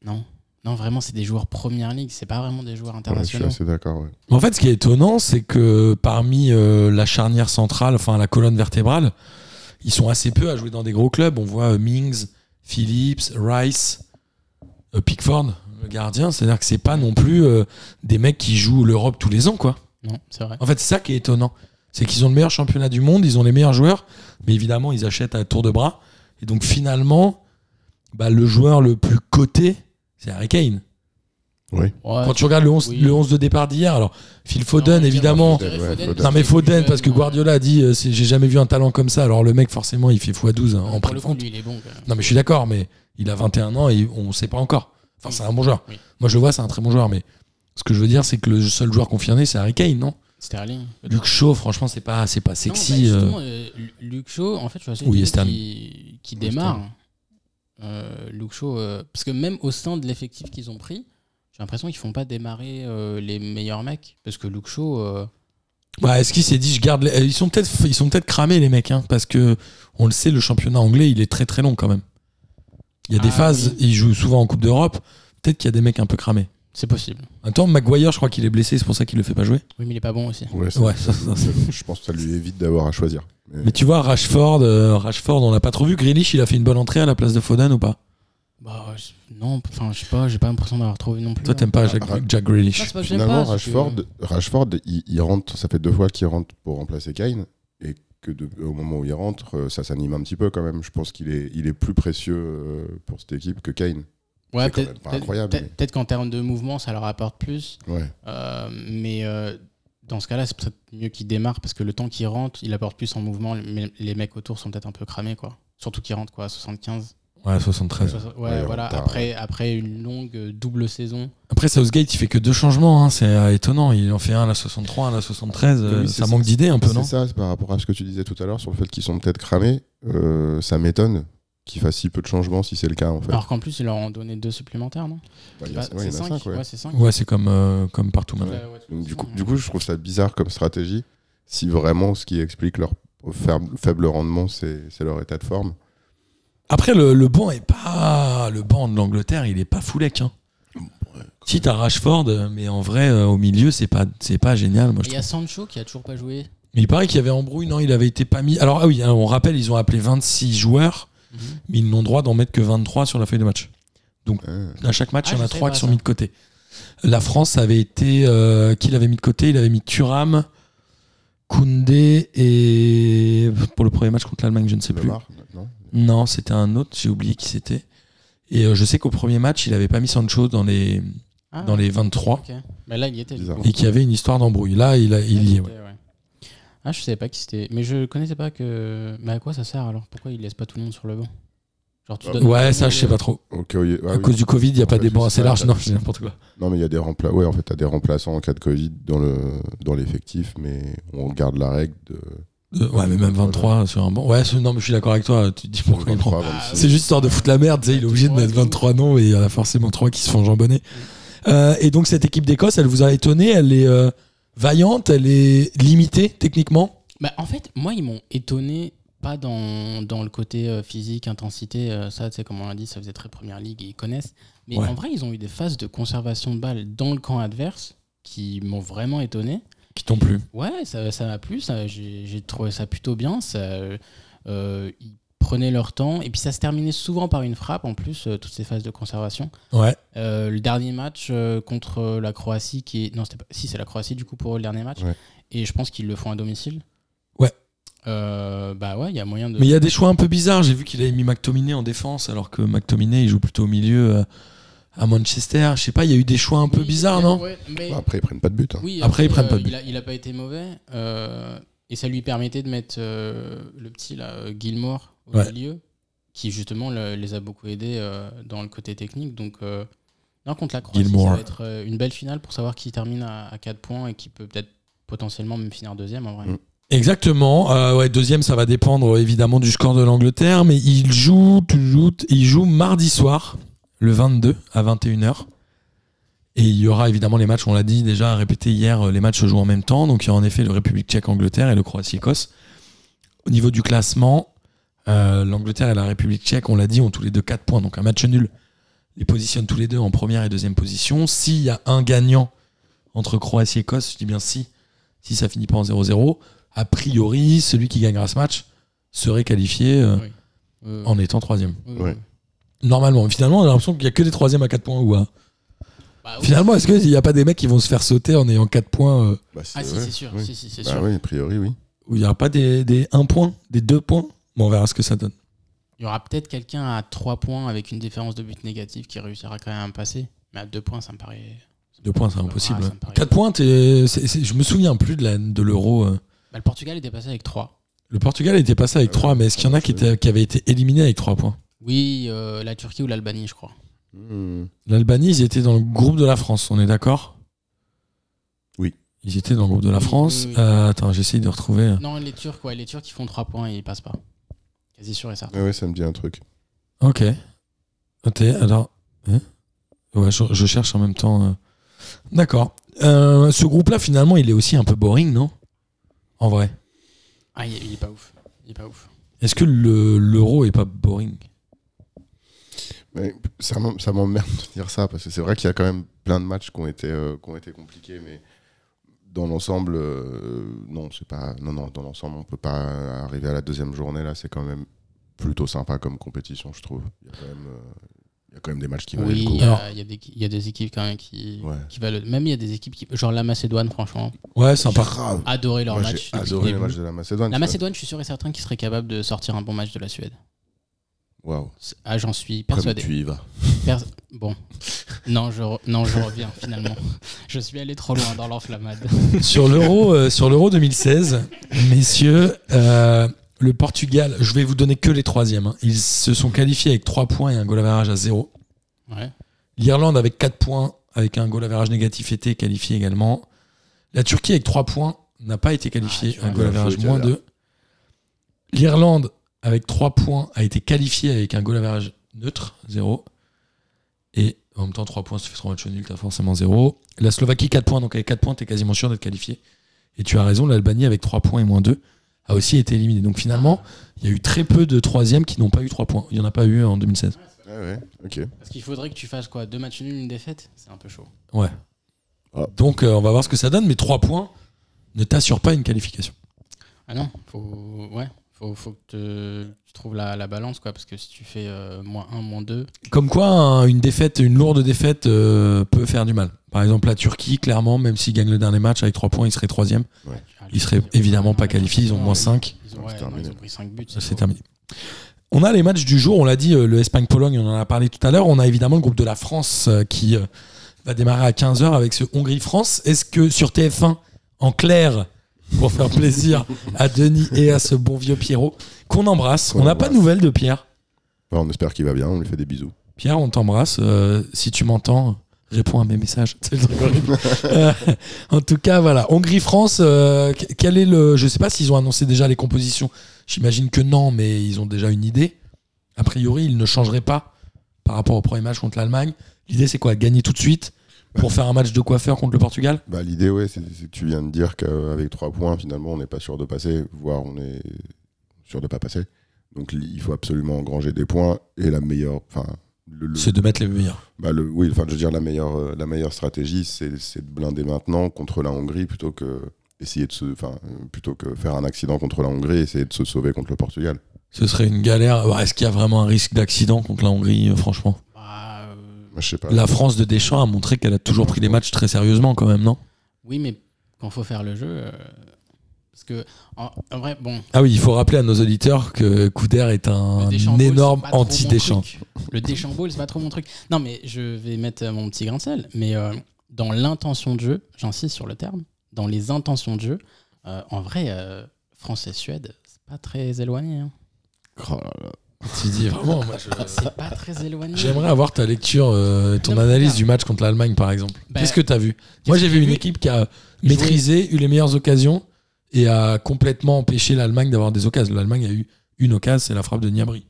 Non, non, vraiment, c'est des joueurs première ligue, c'est pas vraiment des joueurs Ouais, je suis internationaux. assez d'accord. ouais. En fait, ce qui est étonnant, c'est que parmi euh, la charnière centrale, enfin la colonne vertébrale, ils sont assez peu à jouer dans des gros clubs. On voit euh, Mings, Phillips, Rice, euh, Pickford, le gardien. C'est-à-dire que c'est pas non plus euh, des mecs qui jouent l'Europe tous les ans, quoi. non, c'est vrai. En fait, c'est ça qui est étonnant. C'est qu'ils ont le meilleur championnat du monde, ils ont les meilleurs joueurs, mais évidemment, ils achètent à tour de bras. Et donc, finalement, bah, le joueur le plus coté, c'est Harry Kane. Ouais, Quand tu regardes le 11, oui. le 11 de départ d'hier, alors, Phil Foden, Non, évidemment. Foden, ouais, Foden. Non, mais Foden, parce que Ouais. Guardiola a dit euh, c'est- j'ai jamais vu un talent comme ça. Alors, le mec, forcément, il fait x12 hein, en Pour prix le de coup, compte. lui, il est bon. quand même. Non, mais je suis d'accord, mais il a 21 ans et on sait pas encore. Enfin, c'est un bon joueur. Oui. Moi, je le vois, c'est un très bon joueur, mais ce que je veux dire, c'est que le seul joueur confirmé, c'est Harry Kane, non Sterling. Luke Shaw, franchement, c'est pas, c'est pas sexy. Non, bah, euh. justement, euh, Lu- Luke Shaw, en fait, je vois Oui, et Stan. qui, qui démarre. Euh, Luke Shaw, euh, parce que même au sein de l'effectif qu'ils ont pris, j'ai l'impression qu'ils font pas démarrer euh, les meilleurs mecs. Parce que Luke Shaw, euh, Bah, est-ce qu'il s'est dit je garde les- ils sont peut-être ils sont peut-être cramés les mecs hein, parce que on le sait le championnat anglais il est très très long quand même. Il y a des Ah, phases oui. ils jouent souvent en Coupe d'Europe peut-être qu'il y a des mecs un peu cramés. c'est possible. En même temps Maguire je crois qu'il est blessé c'est pour ça qu'il le fait pas jouer. Oui, mais il est pas bon aussi. Ouais, ça- Ouais ça, ça, ça. je pense que ça lui évite d'avoir à choisir. Mais- Mais tu vois Rashford euh, Rashford on l'a pas trop vu Grealish il a fait une bonne entrée à la place de Foden ou pas Bah, je- non, enfin, je sais pas, j'ai pas l'impression d'avoir trouvé non plus. Toi t'aimes pas Jack, Ah, Jack Non, Grealish. c'est pas que j'aime Finalement, Bah, pas, c'est que- Rashford, Rashford il, il rentre, ça fait deux fois qu'il rentre pour remplacer Kane, et que de- au moment où il rentre, euh, ça s'anime un petit peu quand même. Je pense qu'il est, il est plus précieux euh, pour cette équipe que Kane. Ouais, c'est quand peut-être- même pas peut-être- incroyable, peut-être- mais- Peut-être qu'en termes de mouvement, ça leur apporte plus. Ouais. Euh, mais euh, dans ce cas-là, c'est peut-être mieux qu'il démarre parce que le temps qu'il rentre, il apporte plus en mouvement. Les, les mecs autour sont peut-être un peu cramés, quoi. Surtout qu'il rentre quoi, à 75. Ouais 73. Soix- Ouais, ouais, il voilà. rentre tard, Après, après une longue euh, double saison. Après Southgate il fait que deux changements hein, c'est euh, étonnant il en fait un à la 63 un à la 73 euh, Oui, c'est ça ça. manque d'idées un peu non C'est ça, c'est par rapport à ce que tu disais tout à l'heure sur le fait qu'ils sont peut-être cramés. euh, ça m'étonne qu'ils fassent si peu de changements si c'est le cas en fait. Alors qu'en plus, ils leur ont donné deux supplémentaires, non Bah, il y a- Bah, ouais, il y en a cinq. cinq, ouais. Ouais, c'est cinq. Ouais c'est comme euh, comme partout maintenant. Ouais, ouais, tout Donc, ça, du, coup, ouais. du coup, je trouve ça bizarre comme stratégie. Si vraiment ce qui explique leur faible, faible rendement, c'est c'est leur état de forme. Après, le, le banc est pas. Le banc de l'Angleterre, il est pas foulec. Hein. Si t'as Rashford, euh, mais en vrai, euh, au milieu, c'est pas, c'est pas génial. Moi, Et je Il y a Sancho qui a toujours pas joué. trouve. Mais il paraît qu'il y avait embrouille, non, il avait été pas mis. Alors, ah oui, alors, on rappelle, ils ont appelé 26 joueurs, Mhm. mais ils n'ont droit d'en mettre que 23 sur la feuille de match. Hein. À chaque match, Ah, il y en je a sais 3 pas qui sont ça. mis de côté. La France avait été. euh, qui l'avait mis de côté Il avait mis Thuram, Koundé et. Pour le premier match contre l'Allemagne, je ne sais plus. Lamar, non Non, c'était un autre, j'ai oublié qui c'était. Et euh, je sais qu'au premier match, il n'avait pas mis Sancho dans les, Ah, dans les 23 ok. Bah là, il y était. du Bizarre. coup. et qu'il y avait une histoire d'embrouille. Là, il, a- il y est. ouais. était, ouais. Ah, je savais pas qui c'était. Mais je connaissais pas que. Mais à quoi ça sert alors Pourquoi il laisse pas tout le monde sur le banc Genre, tu Ouais, donnes Ouais, ça, je sais pas trop. Ok, oui, ah à oui. cause du Covid, il n'y a pas En fait, des bancs assez c'est ça, larges. t'as- Non, je dis n'importe quoi. Non, mais il y a des remplaçants. Ouais, en fait, t'as des remplaçants en cas de Covid dans le dans l'effectif, mais on garde la règle de. Euh, ouais, mais même 23 sur un banc. Ouais, ce- non, mais je suis d'accord avec toi. Tu te dis pourquoi il prend. 23, Ah, 26. C'est juste histoire de foutre la merde, tu sais, il est obligé de mettre 23 noms et il y en a forcément 3 qui se font jambonner. Euh, et donc cette équipe d'Écosse, elle vous a étonné, elle est euh, vaillante, elle est limitée techniquement. Bah, en fait, moi, ils m'ont étonné, pas dans, dans le côté euh, physique, intensité, euh, ça, tu sais, comme on l'a dit, ça faisait très première ligue et ils connaissent. Mais Ouais. en vrai, ils ont eu des phases de conservation de balles dans le camp adverse qui m'ont vraiment étonné. Qui t'ont plu. Ouais, ça ça m'a plu, ça, j'ai j'ai trouvé ça plutôt bien. Ça, euh, ils prenaient leur temps et puis ça se terminait souvent par une frappe en plus, euh, toutes ces phases de conservation. Ouais, Euh, le dernier match euh, contre euh, la Croatie, qui est. Non, c'était pas... si, c'est la Croatie du coup pour eux, le dernier match. Ouais. Et je pense qu'ils le font à domicile. Ouais. Euh, bah ouais, il y a moyen de. mais il y a des choix un peu bizarres. J'ai vu qu'il avait mis McTominay en défense alors que McTominay il joue plutôt au milieu euh, à Manchester. Je sais pas, il y a eu des choix un peu Oui, bizarres, ouais, non ouais, mais- Bah, après, ils prennent pas de but. hein. oui, Après, ils prennent pas de euh, but. Il a, il a pas été mauvais. euh, et ça lui permettait de mettre euh, le petit là, euh, Gilmore au Ouais. milieu, qui justement le- les a beaucoup aidés euh, dans le côté technique. Donc. euh, non, contre la Croatie, Gilmour. ça va être euh, une belle finale pour savoir qui termine à, 4 points et qui peut peut-être potentiellement même finir deuxième en vrai. Mm. Exactement. Euh, ouais, deuxième, ça va dépendre euh, évidemment du score de l'Angleterre, mais il joue, tu joues- il joue mardi soir, le 22 à 21h. Et il y aura évidemment les matchs, on l'a dit déjà répété hier, euh, les matchs se jouent en même temps. Donc il y a en effet le République tchèque-Angleterre et le Croatie-Écosse. Au niveau du classement, euh, l'Angleterre et la République tchèque, on l'a dit, ont tous les deux 4 points. Donc un match nul les positionne tous les deux en première et deuxième position. S'il y a un gagnant entre Croatie et Écosse, je dis bien si, si ça finit pas en 0-0, a priori, celui qui gagnera ce match serait qualifié euh, Oui. Euh, en étant troisième. oui, Ouais. oui. Normalement, finalement, on a l'impression qu'il n'y a que des troisièmes à 4 points. Ou à... Bah, oui. Finalement, est-ce qu'il n'y a pas des mecs qui vont se faire sauter en ayant 4 points euh, Bah, c'est Ah si, vrai, c'est sûr. oui. Si, si, c'est Bah sûr. oui, a priori, oui. Ou il n'y aura pas des, des 1 point, des 2 points Bon, on verra ce que ça donne. Il y aura peut-être quelqu'un à 3 points avec une différence de but négative qui réussira quand même à passer. Mais à 2 points, ça me paraît. 2 points, c'est Ah, impossible. ça me paraît- 4 points, t'es- c'est- c'est- je me souviens plus de la- de l'euro. euh. Bah, le Portugal était passé avec 3. Le Portugal était passé avec Ah 3, ouais, mais est-ce qu'il y en a qui, ouais. étaient- qui avaient été éliminés avec 3 points Oui, euh, la Turquie ou l'Albanie, je crois. Hmm. L'Albanie, ils étaient dans le groupe de la France, on est d'accord Oui. Ils étaient dans le groupe de la Oui, France. oui, oui. Euh, attends, j'essaye de retrouver. euh, Non, les Turcs, ouais, les Turcs, ils font 3 points et ils passent pas. Quasi sûr et certain. Ah Ouais, ouais, ça me dit un truc. Ok. Ok, alors. hein ouais, je, je cherche en même temps. euh. D'accord. Euh, ce groupe-là, finalement, il est aussi un peu boring, non En vrai. Ah, il, il est pas ouf. Il est pas ouf. Est-ce que le- l'euro est pas boring Mais ça m'em- ça m'emmerde de dire ça parce que c'est vrai qu'il y a quand même plein de matchs qui ont été, euh, qui ont été compliqués, mais dans l'ensemble, euh, non, c'est pas, non, non, dans l'ensemble, on peut pas arriver à la deuxième journée là. C'est quand même plutôt sympa comme compétition, je trouve. Il y a quand même, euh, il y a quand même des matchs qui valent oui, euh, le il coup. y, a- Alors- il y a des- il y a des équipes quand même qui, Ouais. qui valent. Même il y a des équipes qui. Genre la Macédoine, franchement. Ouais, sympa. Grave. Adorer Ah, leur Moi, match. j'ai depuis le adoré les début. matchs de la Macédoine. La tu vois. Macédoine, je suis sûr et certain qu'ils seraient capables de sortir un bon match de la Suède. Waouh. Ah, j'en suis Comme persuadé. tu y vas. Pers- bon. Non je, re- non, je reviens finalement. Je suis allé trop loin dans l'enflammade. sur l'euro euh, sur l'euro 2016 messieurs euh, le Portugal je vais vous donner que les troisièmes hein. ils se sont qualifiés avec 3 points et un goal average à 0 Ouais. l'Irlande avec 4 points avec un goal average négatif était qualifiée également la Turquie avec 3 points n'a pas été qualifiée Ah, tu un vois, goal bien average joué, moins Kader. 2 l'Irlande avec 3 points a été qualifiée avec un goal average neutre 0 et en même temps 3 points si tu fais 3 matchs nuls t'as forcément 0 la Slovaquie 4 points donc avec 4 points t'es quasiment sûr d'être qualifié et tu as raison, l'Albanie avec 3 points et moins 2 a aussi été éliminée. Donc finalement, il y a eu très peu de troisièmes qui n'ont pas eu 3 points. Il n'y en a pas eu en 2016. Ouais, ouais, ok. Parce qu'il faudrait que tu fasses quoi Deux matchs nuls, une défaite C'est un peu chaud. Ouais. Ah. Donc euh, on va voir ce que ça donne, mais 3 points ne t'assurent pas une qualification. Ah non, faut, ouais, faut, faut que te- tu trouves la, la balance, quoi. Parce que si tu fais euh, moins 1, moins 2, Comme quoi, un- une défaite, une lourde défaite euh, peut faire du mal. Par exemple, la Turquie, clairement, même s'ils gagnent le dernier match avec 3 points, ils seraient troisième. Ils seraient évidemment pas qualifiés, ils ont moins 5. Ils ont, ouais, C'est non, terminé. ils ont pris 5 buts. C'est terminé. On a les matchs du jour, on l'a dit, euh, le Espagne-Pologne, on en a parlé tout à l'heure. On a évidemment le groupe de la France euh, qui euh, va démarrer à 15h avec ce Hongrie-France. Est-ce que sur TF1, en clair, pour faire plaisir à Denis et à ce bon vieux Pierrot, qu'on embrasse, Qu'on on n'a pas embrasse. de nouvelles de Pierre Bah, on espère qu'il va bien, on lui fait des bisous. Pierre, on t'embrasse. euh, si tu m'entends, réponds à mes messages. C'est le truc horrible. Euh, en tout cas, voilà. Hongrie-France, euh, qu- quel est le. Je sais pas s'ils ont annoncé déjà les compositions. J'imagine que non, mais ils ont déjà une idée. A priori, ils ne changeraient pas par rapport au premier match contre l'Allemagne. L'idée, c'est quoi Gagner tout de suite pour faire un match de coiffeur contre le Portugal Bah, L'idée, ouais, c'est c'est que tu viens de dire qu'avec trois points, finalement, on n'est pas sûr de passer, voire on est sûr de pas passer. Donc li- il faut absolument engranger des points et la meilleure. Enfin, le, le- C'est de mettre les meilleurs. bah, le- oui, enfin, je veux dire, la meilleure, euh, la meilleure stratégie, c'est c'est de blinder maintenant contre la Hongrie plutôt que essayer de se, enfin, euh, plutôt que faire un accident contre la Hongrie et essayer de se sauver contre le Portugal. Ce serait une galère. Bah, Est-ce qu'il y a vraiment un risque d'accident contre la Hongrie, euh, franchement Bah, euh, Moi, je sais pas. La France de Deschamps a montré qu'elle a toujours pris les matchs très sérieusement, quand même, non oui, mais quand faut faire le jeu. euh, parce que, en, en vrai, bon. Ah oui, il faut rappeler à nos auditeurs que Couder est le un Deschamps Ball, énorme c'est pas trop mon anti-Deschamps. truc. Le Deschamps Ball, c'est pas trop mon truc. Non, mais je vais mettre euh, mon petit grain de sel. Mais euh, dans l'intention de jeu, j'insiste sur le terme, dans les intentions de jeu, euh, en vrai, euh, France et Suède, c'est pas très éloigné. hein. Oh là là. Tu dis vraiment, moi, je- C'est pas très éloigné. Ben, j'aimerais avoir ta lecture, euh, ton Non, mais analyse regarde. du match contre l'Allemagne par exemple. Bah, Qu'est-ce que tu as vu Qu'est-ce Moi que j'ai vu une équipe qui a maîtrisé, eu les meilleures occasions et a complètement empêché l'Allemagne d'avoir des occasions. L'Allemagne a eu une occasion, c'est la frappe de Niabri.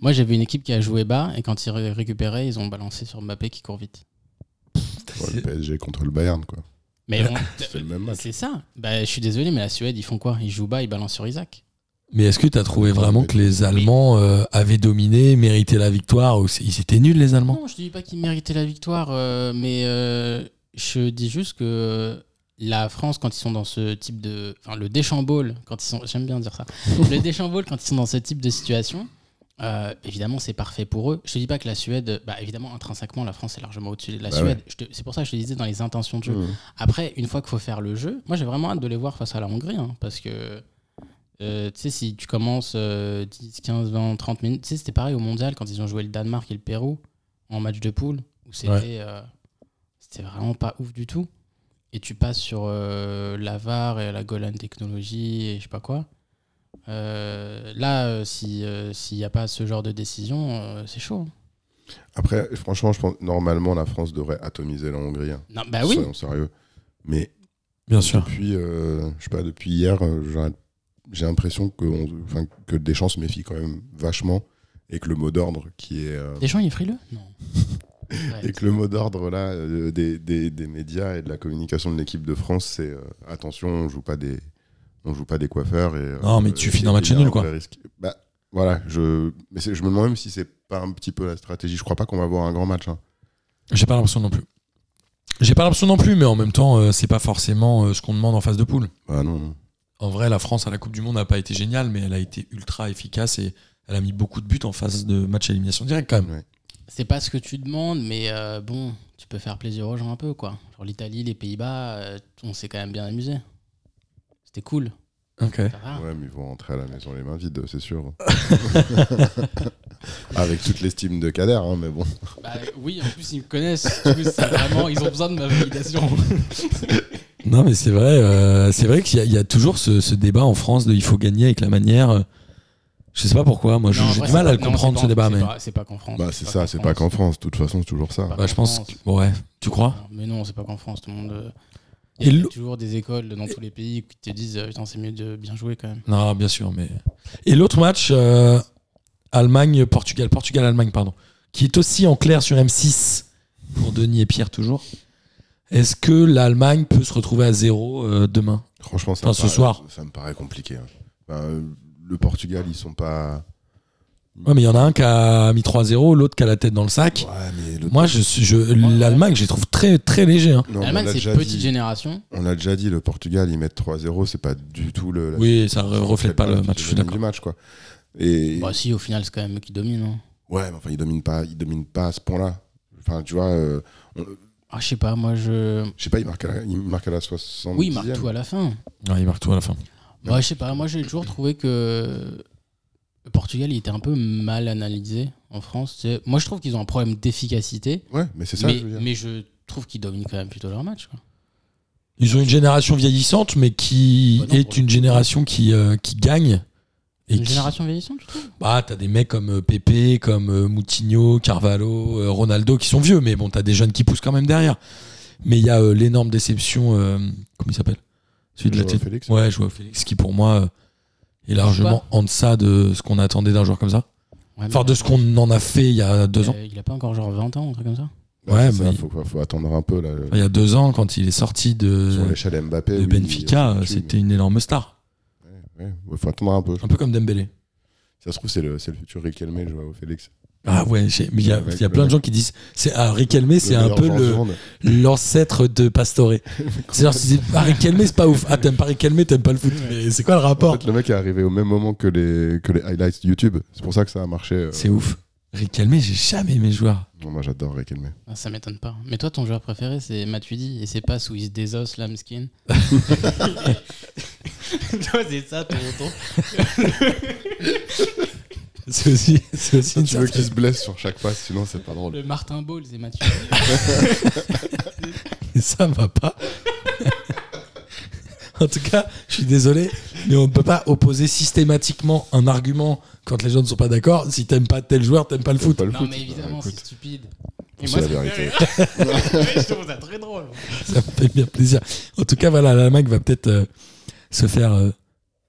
Moi, j'avais une équipe qui a joué bas et quand ils ré- récupéraient, ils ont balancé sur Mbappé qui court vite. Ouais, le PSG contre le Bayern, quoi. Mais on- C'est le même match. c'est ça. Bah, je suis désolé, mais la Suède, ils font quoi Ils jouent bas, ils balancent sur Isaac. Mais est-ce que tu as trouvé vraiment que les Allemands euh, avaient dominé, mérité la victoire ou c'est- Ils étaient nuls les Allemands Non, je dis pas qu'ils méritaient la victoire, euh, mais euh, je dis juste que euh, la France, quand ils sont dans ce type de, enfin le déchambol, quand ils sont, j'aime bien dire ça, le déchambol quand ils sont dans ce type de situation, euh, évidemment c'est parfait pour eux. Je te dis pas que la Suède, bah évidemment intrinsèquement la France est largement au-dessus de la Bah Suède. Je te- C'est pour ça que je te disais dans les intentions de jeu. Mmh. Après, une fois qu'il faut faire le jeu, moi j'ai vraiment hâte de les voir face à la Hongrie, hein, parce que euh, tu sais, si tu commences euh, 10, 15, 20, 30 minutes, tu sais, c'était pareil au mondial quand ils ont joué le Danemark et le Pérou en match de poule, où c'était Ouais. euh, c'était vraiment pas ouf du tout. Et tu passes sur euh, l'Avar et la Golan Technology et je sais pas quoi. Euh, là, euh, si, euh, s'il n'y a pas ce genre de décision, euh, c'est chaud. hein. Après, franchement, je pense normalement la France devrait atomiser la Hongrie. hein. Non, Ah bah oui, Soyons sérieux. Mais Bien sûr. depuis, euh, je sais pas, depuis hier, euh, j'arrête- j'ai l'impression que, on- enfin, que Deschamps se méfie quand même vachement et que le mot d'ordre qui est euh, Deschamps, il est frileux Non. Ouais. et que le mot d'ordre là euh, des, des- des médias et de la communication de l'équipe de France, c'est euh, attention, on joue pas des on joue pas des coiffeurs et euh, Non, mais il suffit et- d'un et match il y a nul, un quoi. vrai risque. Bah, voilà, je mais c'est- je me demande même si c'est pas un petit peu la stratégie. Je crois pas qu'on va avoir un grand match. hein. J'ai pas l'impression non plus. J'ai pas l'impression non plus, mais en même temps, euh, c'est pas forcément euh, ce qu'on demande en phase de poule. Ah non, non. En vrai, la France à la Coupe du Monde n'a pas été géniale, mais elle a été ultra efficace et elle a mis beaucoup de buts en phase de match à élimination directe quand même. C'est pas ce que tu demandes, mais euh, bon, tu peux faire plaisir aux gens un peu, quoi. Genre l'Italie, les Pays-Bas, euh, on s'est quand même bien amusé. C'était cool. Ok. ça va. Ouais, mais ils vont rentrer à la maison les mains vides, c'est sûr. Avec toute l'estime de Kader, hein, mais bon. Bah, oui, en plus, ils me connaissent. Du coup, c'est vraiment, ils ont besoin de ma validation. Non, mais c'est vrai, euh, c'est vrai qu'il y, a- il y a toujours ce, ce débat en France de il faut gagner avec la manière. euh, Je sais pas pourquoi, moi je- Non, en j'ai vrai, du mal c'est à le pas- comprendre non, ce c'est débat, pas- mais c'est pas- C'est pas qu'en France. Bah, c'est ça, qu'en c'est France. pas qu'en France, de toute façon, c'est toujours ça. Bah, Bah, je pense, France. que- ouais, tu crois Mais non, c'est pas qu'en France, tout le monde. euh, Et Il y a l'au- toujours des écoles dans tous les pays qui te disent euh, Putain, c'est mieux de bien jouer quand même. Non, bien sûr, mais. Et l'autre match, euh, Allemagne-Portugal, Portugal-Allemagne, pardon, qui est aussi en clair sur M6, pour Denis et Pierre toujours. Est-ce que l'Allemagne peut se retrouver à zéro euh, demain Franchement, ça, Enfin, me ce paraît- soir. ça me paraît compliqué. hein. Enfin, euh, le Portugal, ils sont pas. Ouais, mais il y en a un qui a mis 3-0, l'autre qui a la tête dans le sac. Ouais, mais le- Moi, je, suis- je, l'Allemagne, je les trouve très, très légers. hein. Non, mais L'Allemagne, on, a c'est déjà petite dit, génération. on a déjà dit, le Portugal, ils mettent 3-0, c'est pas du tout le. la- Oui, ça re- reflète pas le la match, je suis physionomie d'accord. du match, quoi. Et. Bah, si, au final, c'est quand même eux qui dominent. hein. Ouais, mais enfin, ils dominent pas, ils dominent pas à ce point-là. Enfin, tu vois, euh, Ah, je sais pas, moi, je. je sais pas, ils marquent à la, ils marquent à la 60 Oui, ils marquent tout à la fin. Ouais, il marque tout à la fin. Bah, je sais pas, moi j'ai toujours trouvé que le Portugal il était un peu mal analysé en France. C'est- Moi je trouve qu'ils ont un problème d'efficacité, Ouais, mais c'est ça, mais, je veux dire. mais je trouve qu'ils dominent quand même plutôt leur match. quoi. Ils ont une génération vieillissante, mais qui Bah non, est pour une génération qui, euh, qui gagne Et Une qui- génération vieillissante, tu trouves Bah, t'as des mecs comme euh, Pepe, comme euh, Moutinho, Carvalho, euh, Ronaldo qui sont vieux, mais bon, t'as des jeunes qui poussent quand même derrière. Mais il y a euh, l'énorme déception, euh, comment il s'appelle Celui de la Joao tête. Félix. Ouais, Joao Félix, qui pour moi euh, est largement en deçà de ce qu'on attendait d'un joueur comme ça. Ouais, Enfin, mais- de ce qu'on en a fait il y a deux Euh, ans. Il a pas encore genre 20 ans, un truc comme ça Ouais, Bah, bah, c'est mais- ça, faut, faut- faut attendre un peu là. Enfin, Il y a deux ans, quand il est sorti de, sur l'échelle Mbappé. de oui, Benfica, on euh, s'en fout, c'était une énorme star. mais- ouais, ouais, faut attendre un peu. je Un peu comme Dembélé. pense. Ça se trouve, c'est le, c'est le futur Riquelme, Joao Félix. Ah ouais, j'ai- mais il y a, Le mec, il y a le plein de mec. gens qui disent c'est ah, Riquelme, c'est un meilleur peu joueur du le monde. l'ancêtre de Pastore. C'est-à-dire si c'est pas Riquelme, c'est pas ouf. Ah t'aimes pas Riquelme, t'aimes pas le foot. Mais c'est quoi le En rapport fait, le mec est arrivé au même moment que les, que les highlights YouTube. C'est pour ça que ça a marché. euh. C'est ouf. Riquelme, j'ai jamais aimé ce joueur. Non, moi, j'adore Riquelme. Ah, Ça m'étonne pas. Mais toi, ton joueur préféré, c'est Matuidi, et c'est pas sous il se désosse, la skin. toi, c'est ça ton ton. C'est aussi, c'est aussi Si une tu veux certaine- qu'il se blesse sur chaque passe, sinon c'est pas drôle. Le Martin Ball, c'est Matuidi. Ça va pas. en tout cas, je suis désolé, mais on ne peut pas opposer systématiquement un argument quand les gens ne sont pas d'accord. Si t'aimes pas tel joueur, t'aimes pas le C'est foot. pas le Non, foot. mais évidemment, Ah, c'est écoute, stupide. Et c'est moi, la ça me vérité. fait rire. je trouve ça très drôle. Ça me fait bien plaisir. En tout cas, voilà, la MAC va peut-être euh, se faire euh,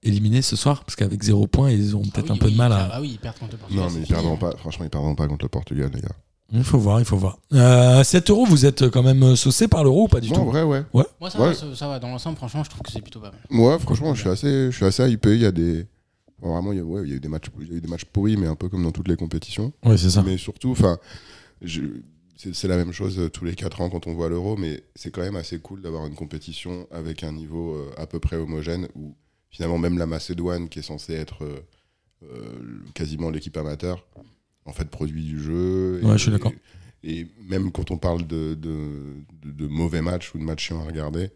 éliminer ce soir, parce qu'avec zéro point, ils auront peut-être Ah oui, un peu de ils mal perdent- à. Ah oui, ils perdent contre le Portugal. Non, mais c'est ils perdront fini. pas. Franchement, ils perdront pas contre le Portugal, les gars. Il faut voir, il faut voir. Euh, 7 euros, vous êtes quand même euh, saucé par l'euro ou pas du Moi, en tout vrai, ouais. Moi, ça, Ouais. va, ça, ça va. Dans l'ensemble, franchement, je trouve que c'est plutôt pas mal. Moi, franchement, je suis assez, je suis assez hypé. Il y a des, bon, vraiment, il y a, ouais, il y a eu des matchs, il y a eu des matchs pourris, mais un peu comme dans toutes les compétitions. Oui, c'est ça. Mais surtout, enfin, je- c'est c'est la même chose euh, tous les quatre ans quand on voit l'Euro, mais c'est quand même assez cool d'avoir une compétition avec un niveau euh, à peu près homogène où finalement même la Macédoine, qui est censée être euh, euh, quasiment l'équipe amateur, en fait produit du jeu. Ouais, je suis d'accord. Et même quand on parle de, de, de- de mauvais matchs ou de matchs chiants à regarder,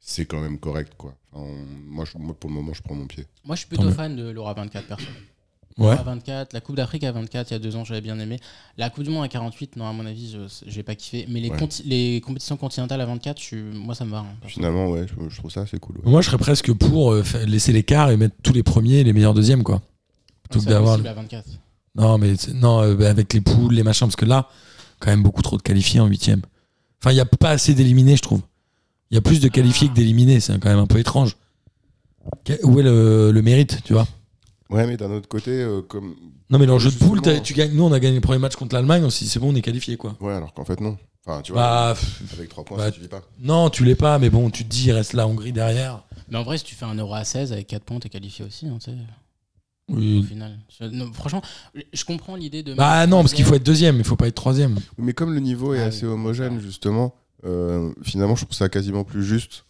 c'est quand même correct, quoi. Enfin, on- moi, je- moi, pour le moment, je prends mon pied. Moi, je suis Tant plutôt mieux. fan de l'Euro à 24 personnes. Ouais. À 24, la Coupe d'Afrique à 24, il y a deux ans, j'avais bien aimé. La Coupe du Monde à 48, non, à mon avis, je j'ai pas kiffé. Mais les, Ouais. conti- les compétitions continentales à 24, je suis- moi, ça me va. hein, parce que- Finalement, ouais, je, je trouve ça assez cool. ouais. Moi, je serais presque pour euh, fa- laisser l'écart et mettre tous les premiers et les meilleurs deuxièmes, quoi. Plutôt que c'est d'avoir. impossible à 24. Non, mais c'est- non, euh, bah, avec les poules, les machins, parce que là, quand même beaucoup trop de qualifiés en huitième. Enfin, il n'y a pas assez d'éliminés, je trouve. Il y a plus de qualifiés Ah. que d'éliminés, c'est quand même un peu étrange. Que- Où est le, le mérite, tu vois Ouais, mais d'un autre côté, euh, comme Non, mais l'enjeu de poule, t'as- Justement. tu gagnes. Nous, on a gagné le premier match contre l'Allemagne, on s'est dit c'est bon, on est qualifié, quoi. Ouais, alors qu'en fait, non. Enfin, tu vois, euh, Bah, pff, avec 3 points, bah, ça suffit pas. non, tu l'es pas, mais bon, tu te dis, il reste la Hongrie derrière. Mais en vrai, si tu fais un Euro à 16 avec 4 points, t'es qualifié aussi, hein, tu sais, au Oui. final. Je- non, franchement, je comprends l'idée de. Mm. Bah, non, parce qu'il faut être deuxième, il faut pas être troisième. Mais comme le niveau est Ah oui, assez c'est homogène, ça. justement, euh, finalement, je trouve ça quasiment plus juste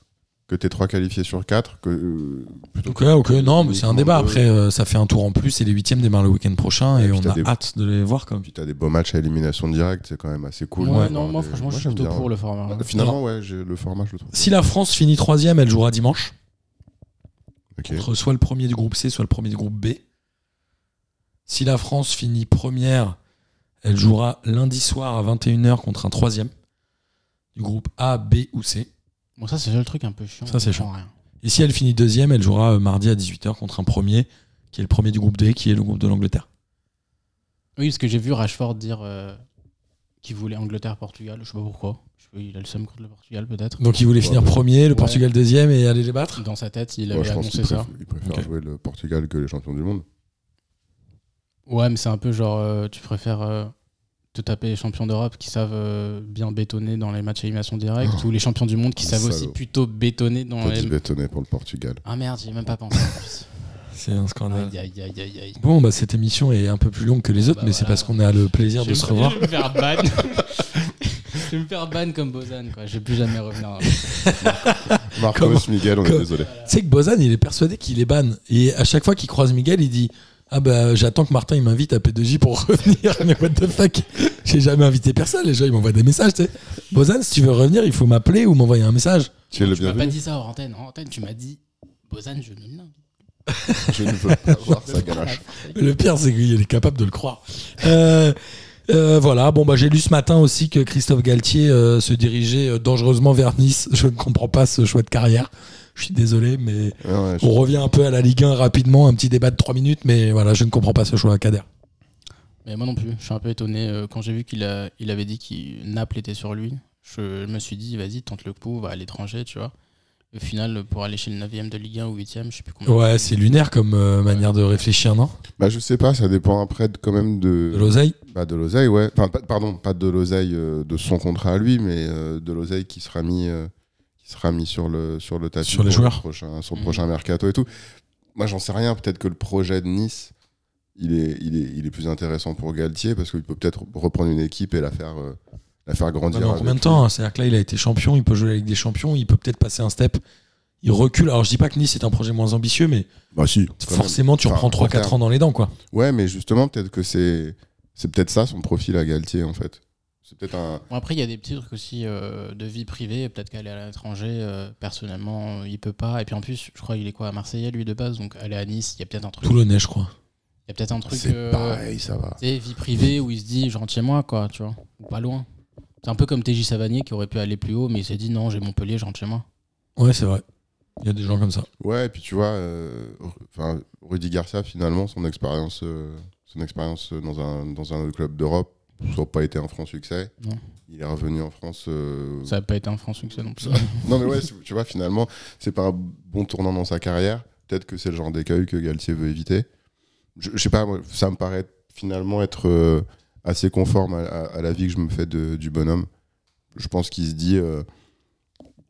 que tes 3 qualifiés sur 4. Que, euh, plutôt Ok, que- ok, non, mais c'est un uniquement débat. deux. Après, euh, ça fait un tour en plus et les huitièmes démarrent le week-end prochain Et et, puis on t'as a des- hâte de les voir quand même. Puis t'as des beaux matchs à élimination directe, c'est quand même assez cool. Moi, d'avoir non, moi, des- franchement, je suis j'aime plutôt bien. Bah, pour le format. hein. Finalement, ouais, j'ai- le format, je le trouve. Si la France finit troisième, elle jouera dimanche. Ok. Contre soit le premier du groupe C, soit le premier du groupe B. Si la France finit première, elle jouera lundi soir à 21h contre un troisième du groupe A, B ou C. Bon, ça, c'est le truc un peu chiant. Ça, c'est je comprends rien. Et si elle finit deuxième, elle jouera euh, mardi à 18h contre un premier, qui est le premier du groupe D, qui est le groupe de l'Angleterre. Oui, parce que j'ai vu Rashford dire euh, qu'il voulait Angleterre-Portugal, je sais pas pourquoi. Je sais pas, il a le seum contre le Portugal, peut-être. Donc ils voulaient finir Ouais. premier, le Ouais. Portugal deuxième et aller les battre Dans sa tête, il Ouais, avait je pense annoncé qu'ils ça. préfèrent, ils préfèrent Ok. jouer le Portugal que les champions du monde. Ouais, mais c'est un peu genre, euh, tu préfères euh, te taper les champions d'Europe qui savent euh, bien bétonner dans les matchs à élimination directe Ah. ou les champions du monde qui Les savent aussi salauds. plutôt bétonner dans Petit les. bétonné pour le Portugal. Ah merde, j'y ai même pas pensé. en plus. C'est un scandale. Aïe, aïe, aïe, aïe, aïe. Bon, bah, cette émission est un peu plus longue que les autres, Bah, mais c'est voilà. parce qu'on a le plaisir Je de vais se me- revoir. Je vais me faire ban. je vais me faire ban comme Bozan, quoi. Je vais plus jamais revenir. Marcos, Comment- Miguel, on est Comment- désolé. Tu sais que Bozan, il est persuadé qu'il est ban. Et à chaque fois qu'il croise Miguel, il dit Ah bah j'attends que Martin il m'invite à P2J pour revenir. Mais what the fuck J'ai jamais invité personne. Les gens, ils m'envoient des messages. tu sais. Bozan, si tu veux revenir, il faut m'appeler ou m'envoyer un message. Tu es le Tu m'as pas bienvenu. dit ça hors antenne. En antenne, tu m'as dit Bozan, je me l'in. Je ne veux pas voir sa ganache. Le pire, c'est qu'il est capable de le croire. Euh, Euh, voilà, bon, bah, j'ai lu ce matin aussi que Christophe Galtier euh, se dirigeait euh, dangereusement vers Nice. Je ne comprends pas ce choix de carrière. Je suis désolé, mais Ouais, je- on revient un peu à la Ligue 1 rapidement, un petit débat de 3 minutes, mais voilà, je ne comprends pas ce choix, Kader. Mais moi non plus, je suis un peu étonné. euh, Quand j'ai vu qu'il a- il avait dit qu'il Naples était sur lui, je me suis dit, vas-y, tente le coup, va à l'étranger, tu vois. Au final, pour aller chez le 9 e de Ligue 1 ou 8 e je sais plus combien. Ouais, c'est lunaire comme euh, manière de réfléchir, non Bah, je sais pas, ça dépend après de- quand même de, De l'oseille Bah, de l'oseille, ouais. Enfin, pas- pardon, pas de l'oseille euh, de son contrat à lui, mais euh, de l'oseille qui sera mis, euh, qui sera mis sur le sur le tapis Sur les pour le joueurs. Mmh. prochain, sur le Mhm. prochain mercato et tout. Moi, j'en sais rien. Peut-être que le projet de Nice, il est, il est, il est plus intéressant pour Galtier parce qu'il peut peut-être reprendre une équipe et la faire, euh, la faire Bah, grandir. mais En avec combien de lui. temps hein C'est-à-dire que là, il a été champion, il peut jouer avec des champions, il peut peut-être passer un step. Il recule. Alors, je dis pas que Nice est un projet moins ambitieux, mais Bah si. quand même. forcément, tu Enfin, reprends 3-4 terme. ans dans les dents, quoi. Ouais, mais justement, peut-être que c'est, c'est peut-être ça son profil à Galtier en fait. C'est peut-être un. Bon, après, il y a des petits trucs aussi euh, de vie privée. Peut-être qu'aller à l'étranger, euh, personnellement, il peut pas. Et puis en plus, je crois qu'il est quoi à Marseillais, lui, de base. Donc aller à Nice, il y a peut-être un truc. Toulonnais, je crois. Il y a peut-être un truc. C'est euh, pareil, ça va. tu sais, vie privée où il se dit, je rentre chez moi, quoi, tu vois. Ou pas loin. C'est un peu comme TJ Savanier qui aurait pu aller plus haut, mais il s'est dit, non, j'ai Montpellier, je rentre chez moi. Ouais, c'est vrai. Il y a des gens comme ça. Ouais, et puis tu vois, euh, enfin, Rudy Garcia, finalement, son expérience, euh, son expérience euh, dans un, dans un autre club d'Europe, ça n'a pas été un franc succès. Non. Il est revenu en France. euh, Ça n'a pas été un franc succès non plus. Non, mais ouais, c'est- tu vois, finalement, c'est pas un bon tournant dans sa carrière. Peut-être que c'est le genre d'écueil que Galtier veut éviter. Je, je sais pas, moi, ça me paraît finalement être euh, assez conforme à, à- à la vie que je me fais de- du bonhomme. Je pense qu'il se dit euh,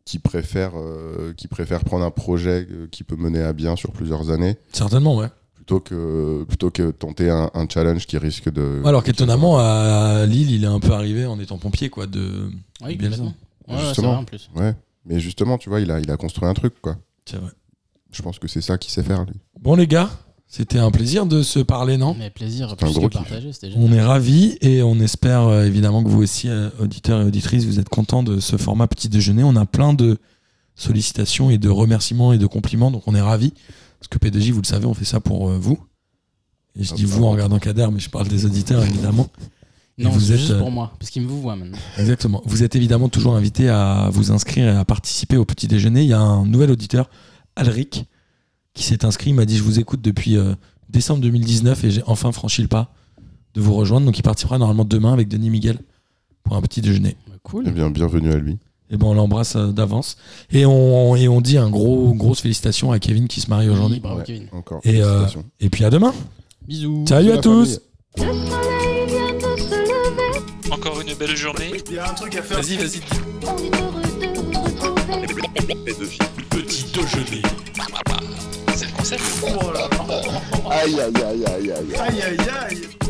qu'il préfère, euh, qu'il préfère prendre un projet euh, qui peut mener à bien sur plusieurs années Certainement, ouais. plutôt que, plutôt que tenter un, un challenge qui risque de. Alors qu'étonnamment, à Lille, il est un peu arrivé en étant pompier, quoi. De... Oui, Bien complètement. Ouais, ouais, c'est Justement. vrai en plus. Ouais, mais justement, tu vois, il a, il a construit un truc, quoi. C'est vrai. Je pense que c'est ça qu'il sait faire, lui. Bon, les gars, c'était un plaisir de se parler, non Mais plaisir, un plus gros que kiff. partager, c'était génial. On est ravis et on espère euh, évidemment que vous aussi, euh, auditeurs et auditrices, vous êtes contents de ce format petit déjeuner. On a plein de sollicitations et de remerciements et de compliments, donc on est ravis. Parce que P2J, vous le savez, on fait ça pour euh, vous. Et je Ah dis bah. vous en regardant Kader, mais je parle des auditeurs évidemment. Non, Vous c'est êtes, juste euh, pour moi, parce qu'il me vous voit maintenant. Exactement. Vous êtes évidemment toujours invité à vous inscrire et à participer au petit déjeuner. Il y a un nouvel auditeur, Alric, qui s'est inscrit. Il m'a dit Je vous écoute depuis euh, décembre 2019 et j'ai enfin franchi le pas de vous rejoindre. Donc il participera normalement demain avec Denis Miguel pour un petit déjeuner. Bah, Eh cool. bien, bienvenue à lui. Et ben on l'embrasse euh, d'avance. Et on, et on dit un gros, grosse félicitation à Kevin qui se marie aujourd'hui. Oui, bravo, Ouais. Kevin. Encore. Et, euh, Félicitations. Et puis à demain. Bisous. Salut à la tous. famille. Le soleil vient pour se lever. Encore une belle journée. Il y a un truc à faire. vas-y. On est heureux de vous retrouver. Petit déjeuner. C'est le concept. Oh là là. Aïe, aïe, aïe.